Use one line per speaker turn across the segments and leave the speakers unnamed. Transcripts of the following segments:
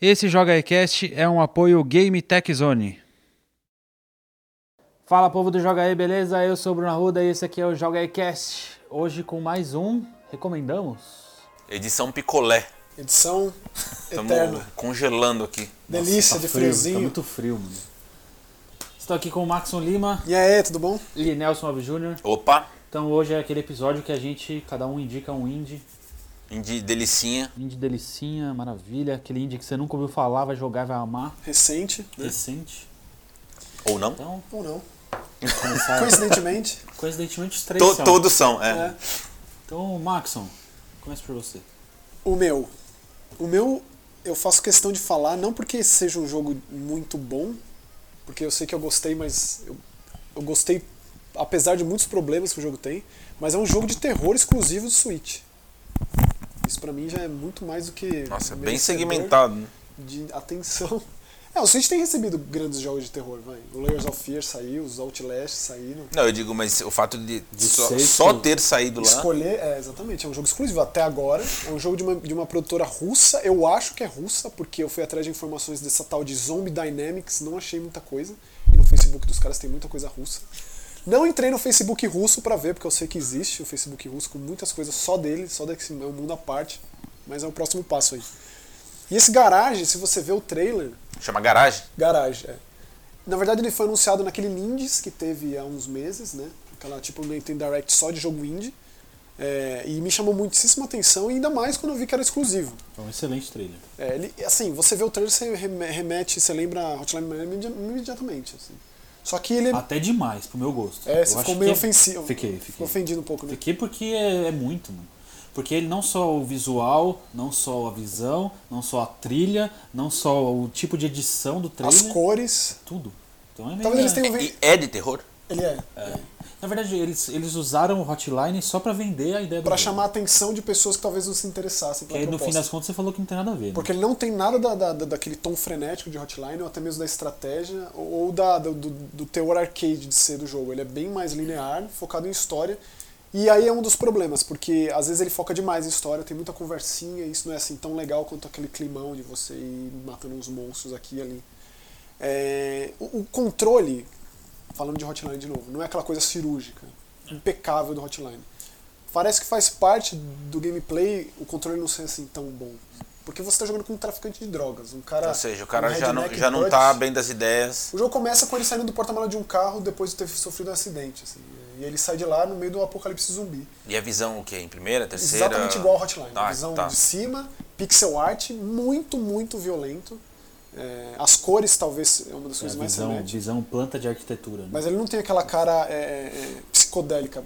Esse Joga Ecast é um apoio Game Tech Zone.
Fala povo do Joga aí, beleza? Eu sou o Bruno Arruda e esse aqui é o Joga aí Cast. Hoje com mais um, recomendamos.
Edição picolé.
Edição
Estamos
eterna.
congelando aqui.
Delícia de
Tá
friozinho.
muito frio, mano. Estou aqui com o Maxon Lima
E aí, tudo bom?
e Nelson Alves Jr.
Opa,
Então hoje é aquele episódio que a gente, cada um indica um indie.
indi- delicinha.
Indie delicinha, maravilha. Aquele indie que você nunca ouviu falar, vai jogar, vai amar.
Recente, né?
Recente.
Ou não?
Então,
Ou não.
começar.
Coincidentemente,
Coincidentemente os três
To-
são.
todos são, é.
é,
Então, Maxon, começa por você.
o meu. O meu, eu faço questão de falar, não porque seja um jogo muito bom, porque eu sei que eu gostei, mas eu, eu gostei apesar de muitos problemas que o jogo tem, mas é um jogo de terror exclusivo do Switch. Isso pra mim já é muito mais do que.
Nossa, é bem
merecedor
segmentado. né?
de atenção. É, o Switch tem recebido grandes jogos de terror, vai. O Layers of Fear saiu, os Outlast saíram.
Não, eu digo, mas o fato de, só,
ser
só
que-
ter saído lá.
Escolher, é, exatamente, é um jogo exclusivo até agora. É um jogo de uma, de uma produtora russa, eu acho que é russa, porque eu fui atrás de informações dessa tal de Zombie Dynamics, não achei muita coisa. E no Facebook dos caras tem muita coisa russa. Não entrei no Facebook russo pra ver, porque eu sei que existe o Facebook russo com muitas coisas só dele, só desse é um mundo à parte. Mas é o próximo passo aí. E esse garagem, se você vê o trailer,
Chama garagem.
Garage, é. Na verdade, ele foi anunciado naquele Indies que teve há uns meses, né? Aquela tipo Nintendo Direct só de jogo indie. É, e me chamou muitíssima atenção, e ainda mais quando eu vi que era exclusivo.
Foi um excelente trailer.
É, ele, assim, você vê o trailer, você reme- remete, você lembra a Hotline Miami imedi- imediatamente. assim. Só que ele.
Até demais, pro meu gosto.
é,
Ah, Eu
você
acho
ficou meio
que-
ofensivo.
Fiquei,
Ficou
fiquei.
ofendido um pouco, né?
Fiquei porque é, é muito, mano. Porque ele não só o visual, não só a visão, não só a trilha, não só o tipo de edição do
As
trailer,
cores.
tudo. Então é meio...
Talvez eles
é-
tenham.
E
vi-
é de terror?
Ele é.
Na verdade, eles, eles usaram o Hotline só pra vender a ideia do
Pra
jogo.
chamar a atenção de pessoas que talvez não se interessassem
Que
pela
aí no fim
proposta.
das contas você falou que não tem nada a ver, né?
Porque ele não tem nada da, da- da- daquele tom frenético de hotline, ou até mesmo da estratégia, ou, ou da, do, do, do teor arcade de ser do jogo. Ele é bem mais linear, focado em história. E aí é um dos problemas, porque às vezes ele foca demais em história, tem muita conversinha, e isso não é assim tão legal quanto aquele climão de você ir matando uns monstros aqui e ali. É, o, o controle, falando de hotline de novo, não é aquela coisa cirúrgica, impecável do hotline. Parece que faz parte do gameplay o controle não ser assim tão bom. Porque você tá jogando com um traficante de drogas, um cara.
Ou seja, o cara
um
já não,
redneck
já não
Dutch.
tá bem das ideias.
O jogo começa com ele saindo do porta-mala de um carro depois de ter sofrido um acidente. assim. E ele sai de lá no meio do apocalipse zumbi.
E a visão o quê? Em primeira, terceira?
Exatamente igual ao Hotline.
Ah,
visão
tá.
de cima, pixel art, muito, muito violento. É, as cores, talvez, é uma das
É a
coisas mais
visão,
frenéticas.
visão planta de arquitetura, né?
Mas ele não tem aquela cara é, é, é, psicodélica.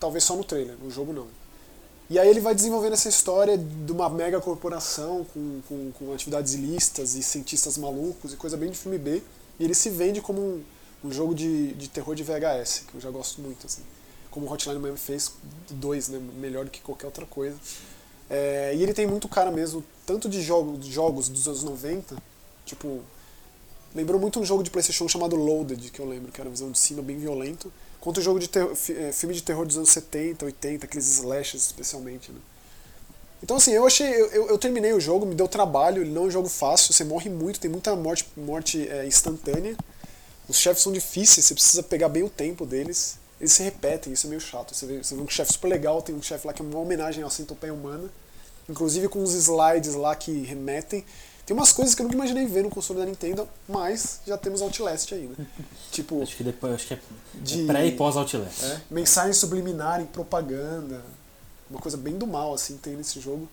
Talvez só no trailer, no jogo não. E aí ele vai desenvolvendo essa história de uma mega corporação com, com, com atividades ilícitas e cientistas malucos e coisa bem de filme B. E ele se vende como um, um jogo de, de terror de VHS, que eu já gosto muito, assim. Como o Hotline Miami fez dois, né? Melhor do que qualquer outra coisa. É, e ele tem muito cara mesmo, tanto de jogo, de jogos dos anos 90, tipo Lembrou muito um jogo de PlayStation chamado Loaded, que eu lembro, que era uma visão de cima bem violento, quanto um jogo de terror- fi- eh, filme de terror dos anos 70, 80, aqueles slashes especialmente, né? Então assim, eu achei, eu, eu- eu terminei o jogo, me deu trabalho, ele não é um jogo fácil, você morre muito, tem muita morte, morte eh, instantânea. Os chefes são difíceis, você precisa pegar bem o tempo deles. Eles se repetem, isso é meio chato. Você vê, você vê um chefe super legal, tem um chefe lá que é uma homenagem ao centopeia humana. Inclusive com uns slides lá que remetem. Tem umas coisas que eu nunca imaginei ver no console da Nintendo, mas já temos Outlast aí, né? tipo,
Acho que depois, acho que é,
De-
é pré e pós Outlast.
é, mensagem subliminar em propaganda. Uma coisa bem do mal, assim, tem nesse jogo.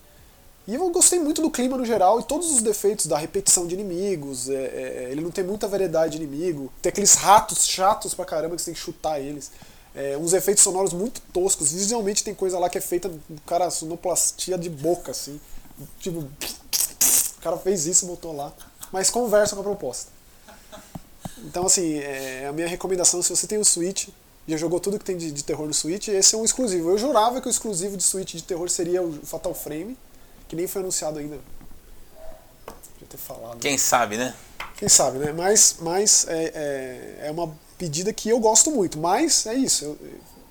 E eu gostei muito do clima no geral e todos os defeitos da repetição de inimigos. é, é, é, ele não tem muita variedade de inimigo. Tem aqueles ratos chatos pra caramba que você tem que chutar eles. É, uns efeitos sonoros muito toscos. Visualmente tem coisa lá que é feita, o cara, sonoplastia de boca, assim. Tipo, o cara fez isso, botou lá. Mas conversa com a proposta. Então, assim, é, a minha recomendação, se você tem o Switch, já jogou tudo que tem de, de terror no Switch, esse é um exclusivo. Eu jurava que o exclusivo de Switch de terror seria o Fatal Frame, que nem foi anunciado ainda. Podia ter falado.
Quem sabe, né?
Quem sabe, né? Mas, mas é, é, é uma pedida que eu gosto muito. Mas é isso. Eu,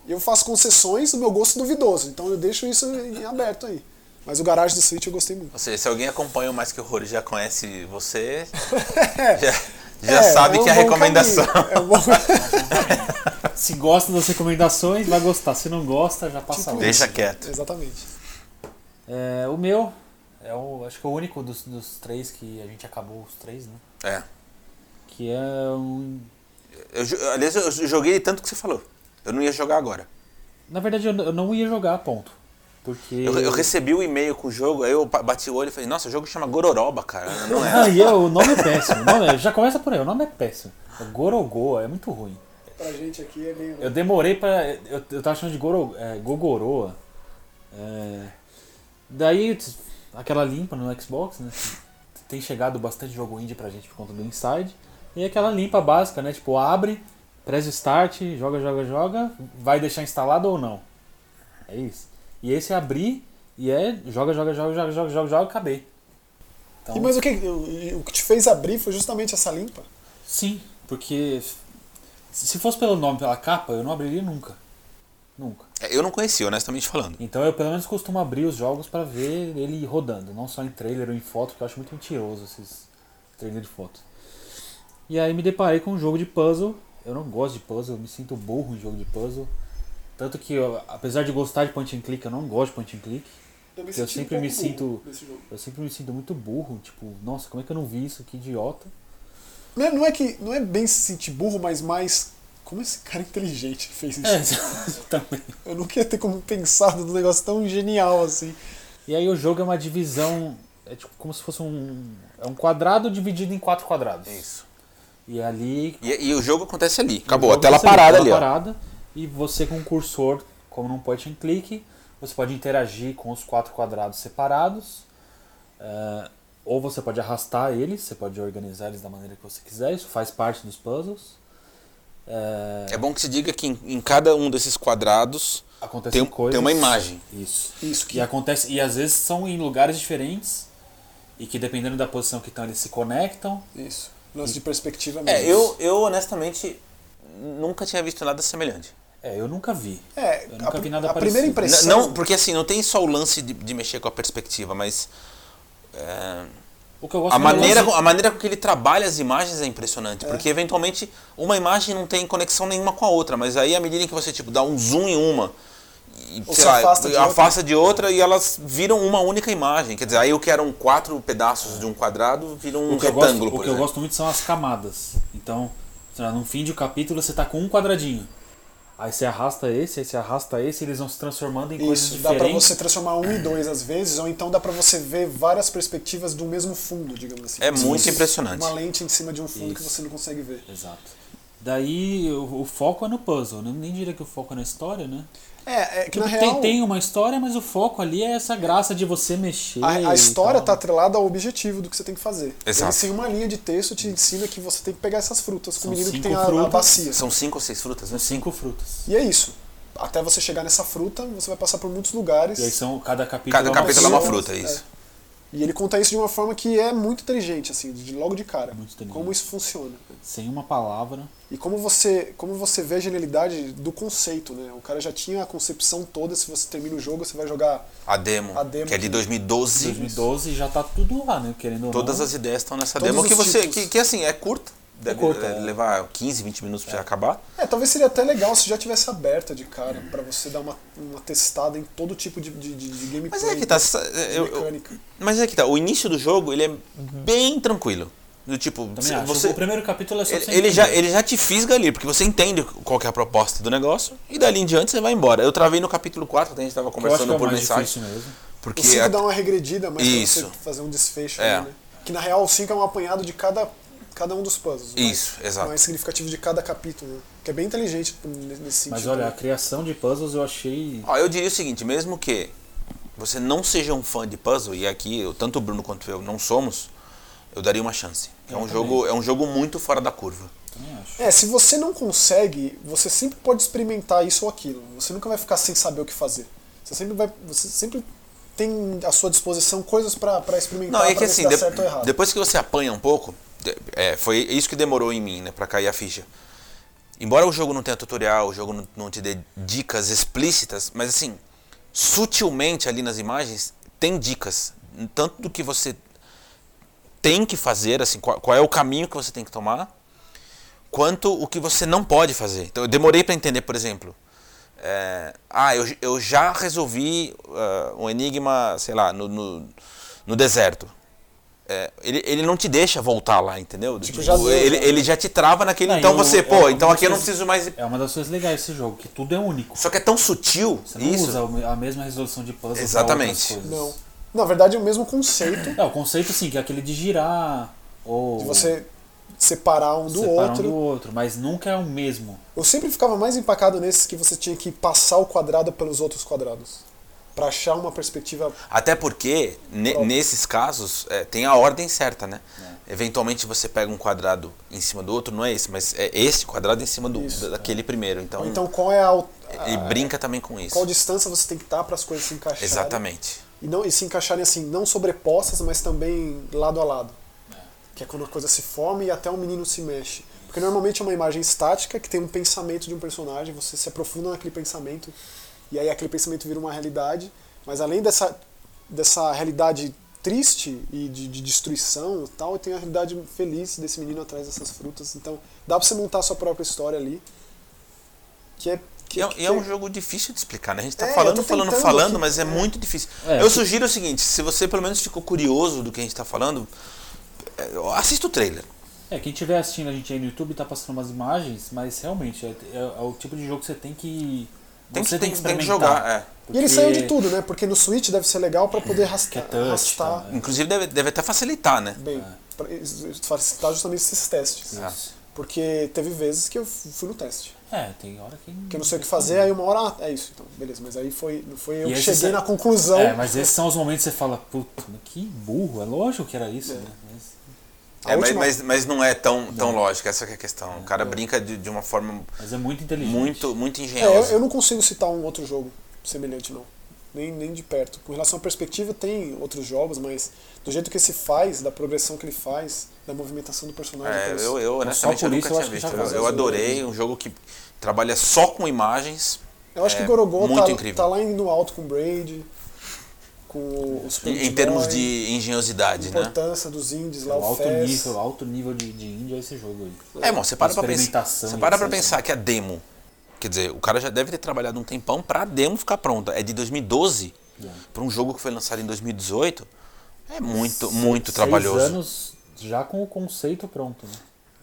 eu faço concessões do meu gosto duvidoso. Então eu deixo isso em aberto aí. Mas o Garage do Switch eu gostei muito.
Ou seja, se alguém acompanha o Mais Que Horror e já conhece você,
É.
já, já
É,
sabe
é um
que é a
bom
recomendação.
caminho. É um bom-
Se gosta das recomendações, vai gostar. Se não gosta, já passa
Tipo
longe.
Deixa quieto.
Exatamente.
É, o meu é o, acho que é o único dos, dos três que a gente acabou os três, né?
É.
Que é um.
Eu, jo- aliás, eu joguei tanto que você falou. Eu não ia jogar agora.
Na verdade, eu, n- eu não ia jogar, ponto. Porque.
Eu, eu recebi o e-mail com o jogo, aí eu pa- bati o olho e falei, nossa, o jogo chama Gororoba, cara. Não é.
Ah, e eu- o nome é péssimo. O nome é- já começa por aí, o nome é péssimo. É Gorogoa, é muito ruim.
Pra gente aqui é meio.
Eu demorei pra. Eu, eu tava chamando de Goro, é, Gogoroa. É, daí, t- aquela limpa no Xbox, né? Tem chegado bastante jogo indie pra gente por conta do Inside. E aquela limpa básica, né? Tipo, abre, press start, joga, joga, joga, vai deixar instalado ou não. É isso. E esse é abrir e é joga, joga, joga, joga, joga, joga, joga, acabei. Então,
E, mas o que, o, o que te fez abrir foi justamente essa limpa.
Sim, porque se fosse pelo nome, pela capa, eu não abriria nunca. Nunca.
é, Eu não conhecia, honestamente falando.
Então eu pelo menos costumo abrir os jogos pra ver ele rodando, não só em trailer ou em foto, porque eu acho muito mentiroso esses trailer de foto. E aí me deparei com um jogo de puzzle. Eu não gosto de puzzle, eu me sinto burro em jogo de puzzle. Tanto que, eu, apesar de gostar de point and click, eu não gosto de point and click.
Eu,
Eu senti sempre um me pouco sinto- burro
jogo.
Eu sempre me sinto muito burro, tipo, nossa, como é que eu não vi isso? Que idiota.
Não é, não é que não é bem se sentir burro, mas mais. Como esse cara inteligente fez isso?
É, também.
Eu nunca ia ter como pensado num negócio tão genial assim.
E aí o jogo é uma divisão, é tipo como se fosse um, é um quadrado dividido em quatro quadrados.
Isso.
E é ali
E, e o jogo acontece ali. Acabou, a
Então,
tela
você vê,
parada
tela
ali, ó.
parada, e você com o cursor, como num point and click, você pode interagir com os quatro quadrados separados. eh, ou você pode arrastar eles, você pode organizar eles da maneira que você quiser, isso faz parte dos puzzles. Eh,
É bom que se diga que em, em cada um desses quadrados
acontecem
tem, um-
coisas.
tem uma imagem.
Isso.
Isso
E acontece, e às vezes são em lugares diferentes, e que dependendo da posição que estão, eles se conectam.
Isso. Lance de perspectiva mesmo.
É, eu, eu honestamente nunca tinha visto nada semelhante.
É, eu nunca vi.
É,
Eu nunca
a,
vi nada
a
parecido.
N-
primeira impressão.
não, porque assim, não tem só o lance de, de mexer com a perspectiva, mas. é,
O que eu gosto
a,
é que
maneira,
elas-
com- a maneira com que ele trabalha as imagens é impressionante, porque eventualmente uma imagem não tem conexão nenhuma com a outra, mas aí à medida em que você tipo, dá um zoom em uma. E,
Ou
sei
se
lá,
afasta de outra.
afasta de outra e elas viram uma única imagem. Quer dizer, aí o que eram quatro pedaços de um quadrado viram um
O que, eu
retângulo,
gosto, o
por
que eu
exemplo.
gosto muito são as camadas. Então, sei lá, no fim de um capítulo você tá com um quadradinho. Aí você arrasta esse, aí você arrasta esse, eles vão se transformando em coisas
Isso, dá
diferentes.
pra você transformar um e dois às vezes, ou então dá pra você ver várias perspectivas do mesmo fundo, digamos assim.
É muito
Isso.
impressionante.
Uma lente em cima de um fundo que
Isso.
você não consegue ver.
Exato. Daí o, o foco é no puzzle, né? nem diria que o foco é na história, né?
É, é que na
tem,
real.
tem uma história, mas o foco ali é essa graça de você mexer.
A, a
e
história tá
tal.
atrelada ao objetivo do que você tem que fazer.
Exato.
Eles têm uma linha de texto te ensina que você tem que pegar essas frutas com
São
o menino que
cinco
tem a, a
frutas.
bacia.
São cinco ou seis frutas, né?
Cinco frutas.
E é isso. Até você chegar nessa fruta, você vai passar por muitos lugares.
E aí são cada capítulo.
Cada
é uma
capítulo é uma
fruta.
fruta, é isso.
E ele conta isso de uma forma que é muito inteligente, assim, de, logo de cara.
Muito inteligente.
como isso funciona.
Sem uma palavra.
E como você, como você vê a genialidade do conceito, né? O cara já tinha a concepção toda, se você termina o jogo, você vai jogar.
A demo,
A demo
que é de
que-
2012.
2012 já tá tudo lá, né? Querendo ou não.
Todas as ideias estão nessa
Todos
demo
os
que você.
títulos.
Que, que, assim, é curta. Deve
curta,
eh,
é.
levar 15, 20 minutos pra você acabar.
É, talvez seria até legal se já tivesse aberta de cara, pra você dar uma, uma testada em todo tipo de, de, de- de gameplay.
Mas é que tá. sa-
de
eu- eu-
mecânica.
Mas é que tá, o início do jogo ele é bem tranquilo. Do tipo,
Também
cê-
acho.
você,
O primeiro capítulo é só
ele,
você
ele já,
entender.
ele já te fisga ali, porque você entende qual que é a proposta do negócio e dali em diante você vai embora. Eu travei no capítulo 4, até a gente tava
Eu acho que
conversando
é o
por
mais
mensagem.
difícil mesmo.
O
Porque
5
a-
dá uma regredida, mas pra
Isso.
você fazer um desfecho
É.
ali, né? Que na real o 5 é um apanhado de cada, cada um dos puzzles. né?
Isso, exato.
Mais significativo de cada capítulo, né? Que é bem inteligente nesse sentido.
Mas olha, a
né?
criação de puzzles eu achei.
Ó, eu diria o seguinte, mesmo que você não seja um fã de puzzle, e aqui eu- tanto o Bruno quanto eu não somos, eu daria uma chance. É um, jogo, é um jogo muito fora da curva.
Também acho.
É, se você não consegue, você sempre pode experimentar isso ou aquilo. Você nunca vai ficar sem saber o que fazer. Você sempre vai. Você sempre tem à sua disposição coisas pra pra experimentar,
Não, é que
pra ver
assim,
se dá
de-
certo ou errado.
depois que você apanha um pouco, de- é, foi isso que demorou em mim, né, pra cair a ficha. Embora o jogo não tenha tutorial, o jogo não, não te dê dicas explícitas, mas assim, sutilmente ali nas imagens, tem dicas, tanto do que você tem que fazer, assim, qual, qual é o caminho que você tem que tomar, quanto o que você não pode fazer. Então, eu demorei para entender, por exemplo, é, ah, eu, eu já resolvi ah, um enigma, sei lá, no, no, no deserto. É, ele, ele não te deixa voltar lá, entendeu? Tipo,
já deu,
ele,
já.
ele já te trava naquele.
Não,
então
eu-
você,
eu-
pô,
eu-
então aqui eu não
vocês-
preciso mais. ir.
É uma das coisas legais desse jogo, que tudo é único.
Só que é tão sutil
Você não
isso.
usa o me- a mesma resolução de puzzle
Exatamente.
pra outras
Não.
coisas.
Na verdade, é o mesmo conceito
É, o conceito sim, que é aquele de girar ou
de você separar um do
separar
outro.
um do outro, mas nunca é o mesmo.
Eu sempre ficava mais empacado nesses que você tinha que passar o quadrado pelos outros quadrados. Pra achar uma perspectiva.
Até porque, ne-
Pronto.
nesses casos, é, tem a ordem certa, né? Eventualmente você pega um quadrado em cima do outro, não é esse, mas é esse quadrado em cima do,
Isso,
da- daquele primeiro. Então,
Ou então qual é a, al-
e
a-
brinca também com isso.
qual distância você tem que estar para as coisas se encaixarem.
Exatamente.
E, não, e se encaixarem assim, não sobrepostas, mas também lado a lado. Que é quando a coisa se forma e até o menino se mexe. Porque normalmente é uma imagem estática que tem um pensamento de um personagem, você se aprofunda naquele pensamento e aí aquele pensamento vira uma realidade. Mas além dessa, dessa realidade triste e de, de destruição e tal, tem a realidade feliz desse menino atrás dessas frutas. Então dá pra você montar a sua própria história ali. Que é. Que,
E é,
que
e é um jogo difícil de explicar, né? A gente tá
É, eu
falando,
tô
falando,
tentando
falando,
aqui.
mas é muito difícil.
É,
eu
eu-
sugiro o seguinte, se você pelo menos ficou curioso do que a gente tá falando, é, assista o trailer.
É, quem estiver assistindo a gente aí no YouTube tá passando umas imagens, mas realmente é, é- é o tipo de jogo que você tem que.
Tem que-
você
tem que- tem que
experimentar,
jogar, é.
E ele
porque-
saiu de tudo, né? Porque no Switch deve ser legal pra poder
Que é
arrastar,
touch,
arrastar
tá, É.
Inclusive deve, deve até facilitar, né?
bem, pra facilitar justamente esses testes.
Ah.
Porque teve vezes que eu f- fui no teste,
É, tem hora que.
que eu não sei o que fazer, aí uma hora, ah, é isso, então, beleza. Mas aí foi, não foi eu
E
que
aí
cheguei
você-
na conclusão.
É, mas esses são os momentos que você fala, puta, mas que burro, é lógico que era isso, né? Mas-
A
É, mas,
última-
mas, mas não é tão, tão lógico, essa que é a questão. O cara brinca de, de uma forma
Mas é muito inteligente.
muito, muito
É, eu,
engenhosa.
eu não consigo citar um outro jogo semelhante, não. Nem, nem de perto. Com relação à perspectiva, tem outros jogos, mas do jeito que esse faz, da progressão que ele faz, da movimentação do personagem. então,
É,
pelos-
eu, eu honestamente
por
eu nunca
isso eu
tinha
acho que
visto.
já
Eu,
faz
eu
isso.
adorei um jogo que trabalha só com imagens.
Eu acho
É,
que Gorogol
muito
tá,
incrível.
tá lá no alto com o Braid, com o Super
Em, em
Meat
termos
Boy,
de engenhosidade, né?
importância dos indies lá,
O
o
alto
Fez.
nível, alto nível de, de índia é esse jogo aí.
É, bom, você para pra pensar.
Experimentação,
Você para pra
etc.
pensar que a demo. Quer dizer, o cara já deve ter trabalhado um tempão pra demo ficar pronta. É de 2012
É.
pra um jogo que foi lançado em 2018. É muito, muito
Seis
trabalhoso.
anos já com o conceito pronto, né?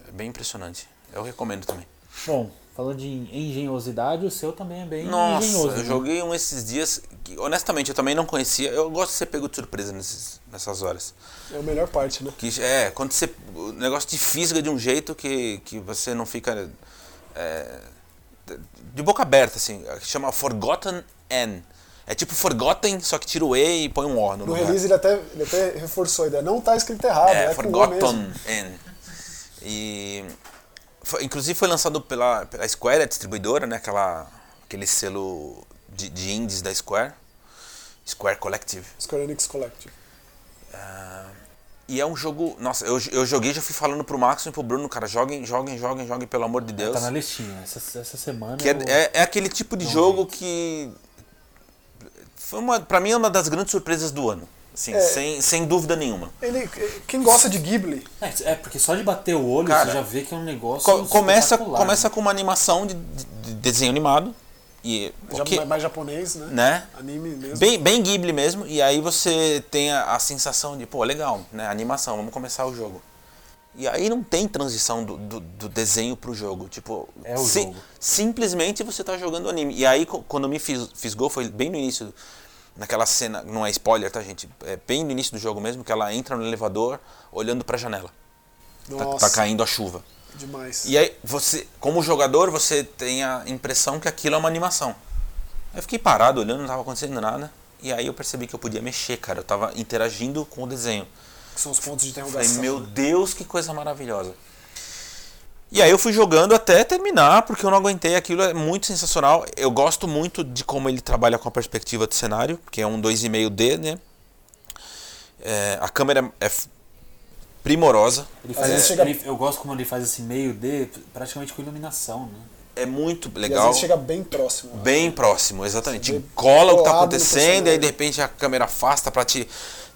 É bem impressionante. Eu recomendo também.
Bom, falando de engenhosidade, o seu também é bem
Nossa,
engenhoso.
eu
né?
joguei um esses dias que, honestamente, eu também não conhecia. Eu gosto de ser pego de surpresa nesses- nessas horas.
É a melhor parte, né?
Que, é, quando você. O negócio te fisga de um jeito que, que você não fica. é, de- de boca aberta, assim. Chama Forgotten N. É tipo Forgotten, só que tira o E e põe um O no,
No
lugar.
release ele até, ele até reforçou a ideia. Não tá escrito errado, é,
É,
com o mesmo.
Forgotten N. E. foi- inclusive foi lançado pela, pela Square, a distribuidora, né? Aquela, aquele selo de, de indies da Square. Square Collective.
Square Enix Collective.
E é um jogo. Nossa, eu, eu joguei já fui falando pro Max e pro Bruno, cara, joguem, joguem, joguem, joguem, pelo amor de Deus.
Tá na listinha. Essa, essa semana.
Que é,
eu-
é- é aquele tipo de jogo que. Foi uma, pra mim é uma das grandes surpresas do ano. Assim,
É.
sem, sem dúvida nenhuma.
Ele, quem gosta de Ghibli,
É, é, porque só de bater o olho
Cara,
você já vê que é um negócio.
Co- começa
espetacular,
começa
né?
com uma animação de, de- de desenho animado. E,
já
ok,
mais- mais japonês, né?
né?
Anime mesmo.
Bem, bem Ghibli mesmo, e aí você tem a, a sensação de, pô, legal, né? Animação, vamos começar o jogo. E aí não tem transição do, do, do desenho pro jogo. Tipo,
É o jogo.
simplesmente você tá jogando anime. E aí, co- quando me fiz, fisgou, foi bem no início, naquela cena, não é spoiler, tá, gente? É bem no início do jogo mesmo, que ela entra no elevador olhando pra janela. Tá,
Nossa,
tá caindo a chuva.
demais.
E é aí, você, como jogador, você tem a impressão que aquilo é uma animação. Eu fiquei parado olhando, não estava acontecendo nada. E aí eu percebi que eu podia mexer, cara. Eu tava interagindo com o desenho.
Que são os pontos de
Falei,
interrogação.
meu Deus, que coisa maravilhosa. E aí eu fui jogando até terminar, porque eu não aguentei aquilo, é muito sensacional. Eu gosto muito de como ele trabalha com a perspectiva do cenário, que é um 2,5D, né? É, a câmera é f- primorosa.
Ele
Às
faz
vezes
esse-
chega-
ele- eu gosto como ele faz esse meio de praticamente com iluminação, né?
é muito
E às
legal.
vezes chega bem próximo. né?
Bem próximo, exatamente.
Você vê
Cola o que está
colado no
acontecendo e aí de repente a câmera afasta para te,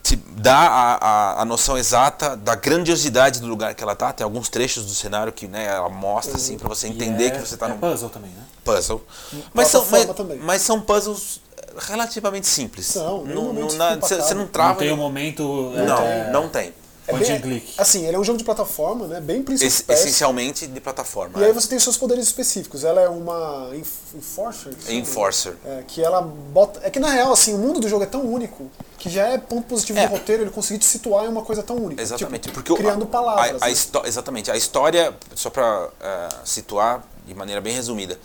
te dar a, a, a noção exata da grandiosidade do lugar que ela tá. Tem alguns trechos do cenário que né, ela mostra assim para você entender
E é-
que você está
é
num
puzzle também, né?
puzzle. Mas são, mas,
plataforma também.
mas são puzzles eh, relativamente simples.
São, nenhum
não,
momento
não,
fica
nada- você
empacado.
você não
Não
trava.
tem um momento. é,
não,
é,
não tem.
É
Point
bem-
and click.
Assim, ele é um jogo de plataforma, né? Bem Prince
Es-
of Persia.
essencialmente de plataforma.
E aí
é.
você tem os seus poderes específicos. Ela é uma enf- enforcer. que chama, né?
Enforcer.
É, que ela bota. É que na real, assim, o mundo do jogo é tão único que já é ponto positivo
É.
do roteiro ele conseguir te situar em uma coisa tão única.
Exatamente,
Tipo,
porque o-
criando
a-
palavras.
a- a
né?
histó- exatamente, a história, só para situar de maneira bem resumida,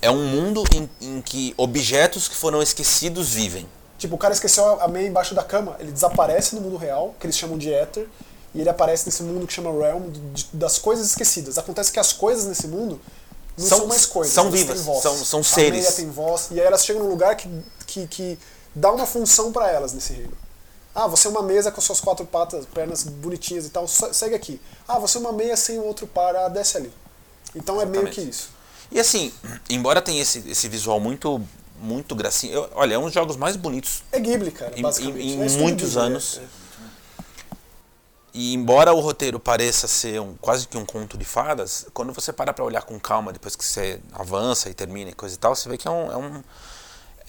é um mundo em, em que objetos que foram esquecidos vivem.
Tipo, o cara esqueceu a a meia embaixo da cama, ele desaparece no mundo real, que eles chamam de Ether, e ele aparece nesse mundo que chama Realm de- das coisas esquecidas. Acontece que as coisas nesse mundo não são,
São-
mais coisas.
são
elas têm
vivas,
voz.
são- são
A
seres.
meia tem voz, e aí elas chegam num lugar que, que, que dá uma função pra elas nesse reino. Ah, você é uma mesa com suas quatro patas, pernas bonitinhas e tal, se- segue aqui. Ah, você é uma meia sem o outro par, ah, desce ali. Então é meio
Exatamente.
que isso.
E assim, embora tenha esse, esse visual muito muito gracinha, eu- olha, é um dos jogos mais bonitos
É Ghibli, cara,
em,
basicamente.
em- em
É estúdio
muitos
Ghibli,
anos.
é.
E embora o roteiro pareça ser um, quase que um conto de fadas, quando você para pra olhar com calma depois que você avança e termina e coisa e tal, você vê que é um. É, um-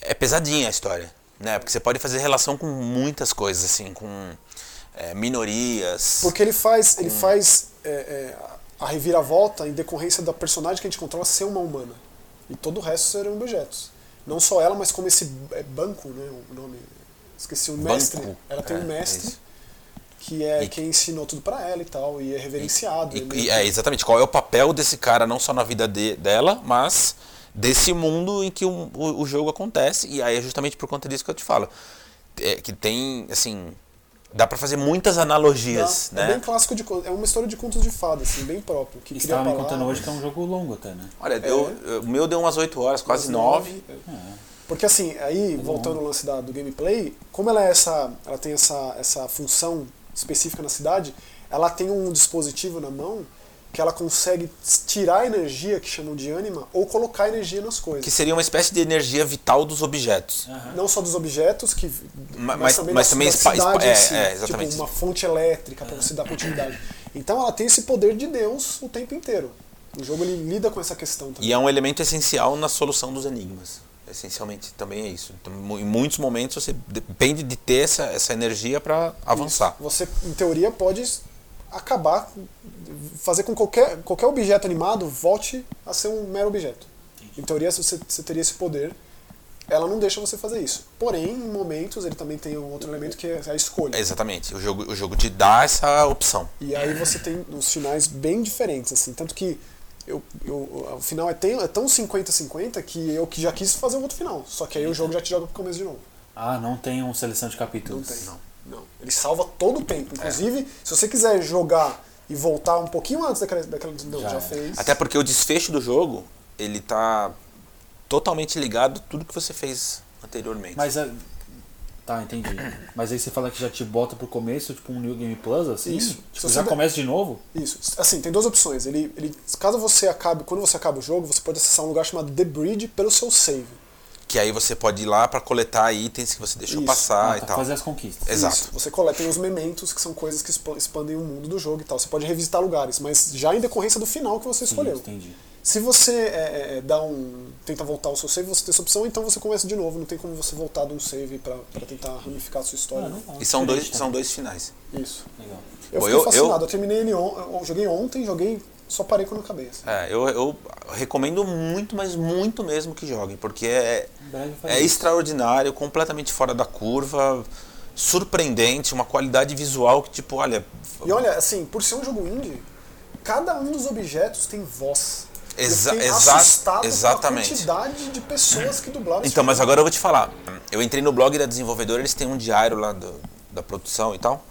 é pesadinha a história. Né? Porque você pode fazer relação com muitas coisas, assim, com é, minorias.
Porque ele faz, ele faz é, é, a reviravolta em decorrência da personagem que a gente controla ser uma humana. E todo o resto serão objetos. Não só ela, mas como esse é, banco, né? O nome. Esqueci o
Banco.
mestre. Ela tem
É,
um
é
mestre
isso.
que é
E-
quem ensinou tudo pra ela e tal. E é reverenciado.
E-
é
e-
meio-
é, exatamente. Qual é o papel desse cara, não só na vida de- dela, mas desse mundo em que o, o- o jogo acontece. E aí é justamente por conta disso que eu te falo. É, que tem, assim. Dá pra fazer muitas analogias,
é, é
né?
bem clássico de con- É uma história de contos de fadas, assim, bem próprio. Que
E
cria
estava me contando
palavras.
hoje que é um jogo longo até, né?
Olha, deu,
É.
o meu deu umas 8 horas, quase 9.
Porque assim, aí, voltando ao lance da- do gameplay, como ela é essa. Ela tem essa, essa função específica na cidade, ela tem um dispositivo na mão que ela consegue tirar a energia que chamam de ânima ou colocar energia nas coisas.
Que seria uma espécie de energia vital dos objetos.
Não só dos objetos que.
Ma- mas- mas
da-
também
da
espa-
cidade
espa-
em
é,
si,
é, exatamente.
Tipo, uma fonte elétrica para você dar continuidade. Então ela tem esse poder de Deus o tempo inteiro. O jogo ele lida com essa questão também.
E é um elemento essencial na solução dos enigmas. Essencialmente também é isso. Então, mu- em muitos momentos você depende de ter essa, essa energia para avançar.
Você, em teoria, pode acabar, fazer com qualquer qualquer objeto animado volte a ser um mero objeto. Em teoria, se você, você teria esse poder. Ela não deixa você fazer isso. Porém, em momentos, ele também tem um outro elemento que é a escolha.
Exatamente. O jogo, o jogo te dá essa opção.
E aí você tem uns finais bem diferentes, assim. Tanto que eu, eu, o final é, tem, é tão 50-50 que eu que já quis fazer um outro final. Só que aí o jogo já te joga pro começo de novo.
Ah, não tem um seleção de
Não
capítulos.
tem. Não. Ele salva todo o tempo. Inclusive, se você quiser jogar e voltar um pouquinho antes daquela. daquela não, já,
Já é.
fez.
Até porque o desfecho do jogo, ele tá totalmente ligado a tudo que você fez anteriormente.
Mas é... Tá, entendi. Mas aí você fala que já te bota pro começo, tipo um New Game Plus, assim?
Isso.
Tipo,
Se
já
você-
começa de novo?
Isso. Assim, tem duas opções. Ele, ele, caso você acabe, quando você acaba o jogo, você pode acessar um lugar chamado The Bridge pelo seu save.
Que aí você pode ir lá para coletar itens que você deixou
Isso.
passar
Ah,
e
tá,
tal.
fazer as conquistas.
Ex- Exato.
Isso. Você coleta os mementos, que são coisas que expa- expandem o mundo do jogo e tal. Você pode revisitar lugares, mas já em decorrência do final que você escolheu.
Isso, entendi.
Se você é, é, é, dá um. tenta voltar ao seu save, você tem essa opção, então você começa de novo. Não tem como você voltar de um save pra pra tentar ramificar a sua
Ah,
história. não.
E são dois, são dois finais.
Isso.
Legal.
Eu
Pô,
fiquei
eu-
fascinado. Eu...
eu-
terminei ele on... eu joguei ontem, joguei, só parei quando acabei. assim.
É, eu, eu recomendo muito, mas muito mesmo que joguem, porque é,
Em breve eu farei
é
isso.
extraordinário, completamente fora da curva, surpreendente, uma qualidade visual que, tipo, olha.
E olha, assim, por ser um jogo indie, cada um dos objetos tem voz. Eu
Exa-
fiquei
exa-
assustado com a
exatamente.
quantidade de pessoas que dublaram esse
Então,
filme.
mas agora eu vou te falar. Eu entrei no blog da desenvolvedora, eles têm um diário lá do- da produção e tal.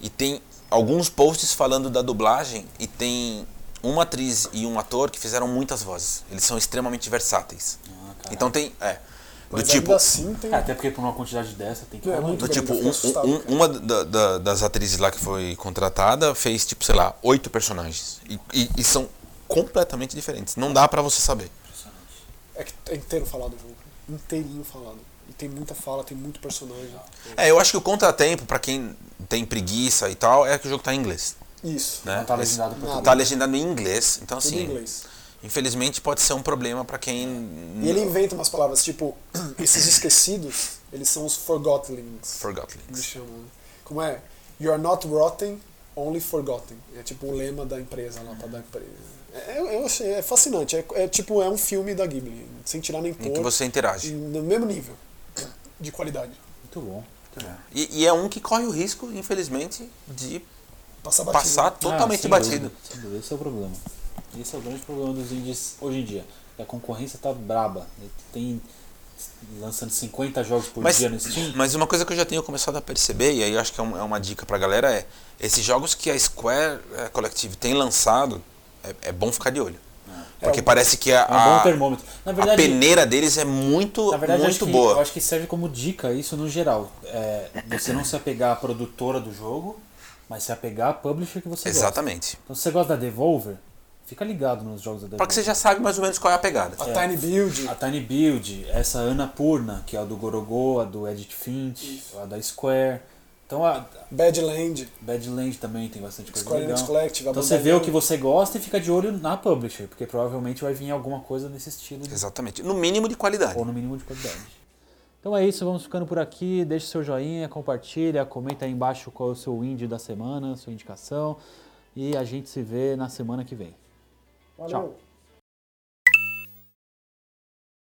E tem alguns posts falando da dublagem e tem uma atriz e um ator que fizeram muitas vozes. Eles são extremamente versáteis.
caralho.
então tem, é, do
Ah, Mas
tipo,
ainda assim tem.
É, até porque por uma quantidade dessa tem que
É,
rolar.
muito
Do tipo,
grande, eu
um-
fiquei assustado,
um-
cara.
uma da- da- das atrizes lá que foi contratada fez, tipo, sei lá, oito personagens. E, e- e são completamente diferentes. Não dá pra você saber.
Impressionante.
É, que é inteiro falado o jogo. Inteirinho falado. E tem muita fala, tem muito personagem.
É, eu acho que o contratempo, pra quem tem preguiça e tal, é que o jogo tá em inglês.
Isso.
Né?
Não tá legendado pra
Nada.
Tá legendado em inglês, então
Tudo em
assim,
inglês.
infelizmente pode ser um problema pra
É.
quem.
E ele inventa umas palavras, tipo, esses esquecidos, eles são os forgotlings.
Forgot
Eles
Links.
chamam. né? Como é? You are not rotten, only forgotten. É tipo o lema da empresa lá, tá? Da empresa. É, eu- eu achei, é fascinante. É, é tipo, é um filme da Ghibli, sem tirar nem
Em que
pôr,
você interage.
no mesmo nível de qualidade.
Muito bom. Muito bom.
E, e é um que corre o risco, infelizmente, de
Passar batido.
passar
Ah,
totalmente
sem
batido.
dúvida, sem dúvida, esse é o problema. Esse é o grande problema dos indies hoje em dia. A concorrência tá braba. Tem lançando 50 jogos por
Mas,
dia no Steam.
mas uma coisa que eu já tenho começado a perceber, e aí eu acho que é, um- é uma dica pra galera, é esses jogos que a Square eh, Collective tem lançado, é, é bom ficar de olho. Porque
É,
parece que a,
É um bom
a-
termômetro. Na
a
verdade,
peneira deles é muito,
na verdade eu acho
muito
que, eu
boa.
acho que serve como dica isso no geral. É, você não se apegar à produtora do jogo, mas se apegar à publisher que você gosta.
Exatamente.
Então se você gosta da Devolver, fica ligado nos jogos da Devolver.
Pra que você já sabe mais ou menos qual é a pegada.
A Tiny Build.
A Tiny Build, essa Ana Purna, que é a do Gorogô, a do Edit Finch, a da Square. Então a
Badland,
Badland também tem bastante coisa
Square Enix
legal.
Collective. a
Então
Bandai
você vê o que
Namco.
você gosta e fica de olho na publisher, porque provavelmente vai vir alguma coisa nesse estilo, de-
Exatamente. No mínimo de qualidade.
ou no mínimo de qualidade. Então é isso, vamos ficando por aqui. Deixe seu joinha, compartilha, comenta aí embaixo qual é o seu indie da semana, sua indicação. E a gente se vê na semana que vem.
Valeu.
Tchau.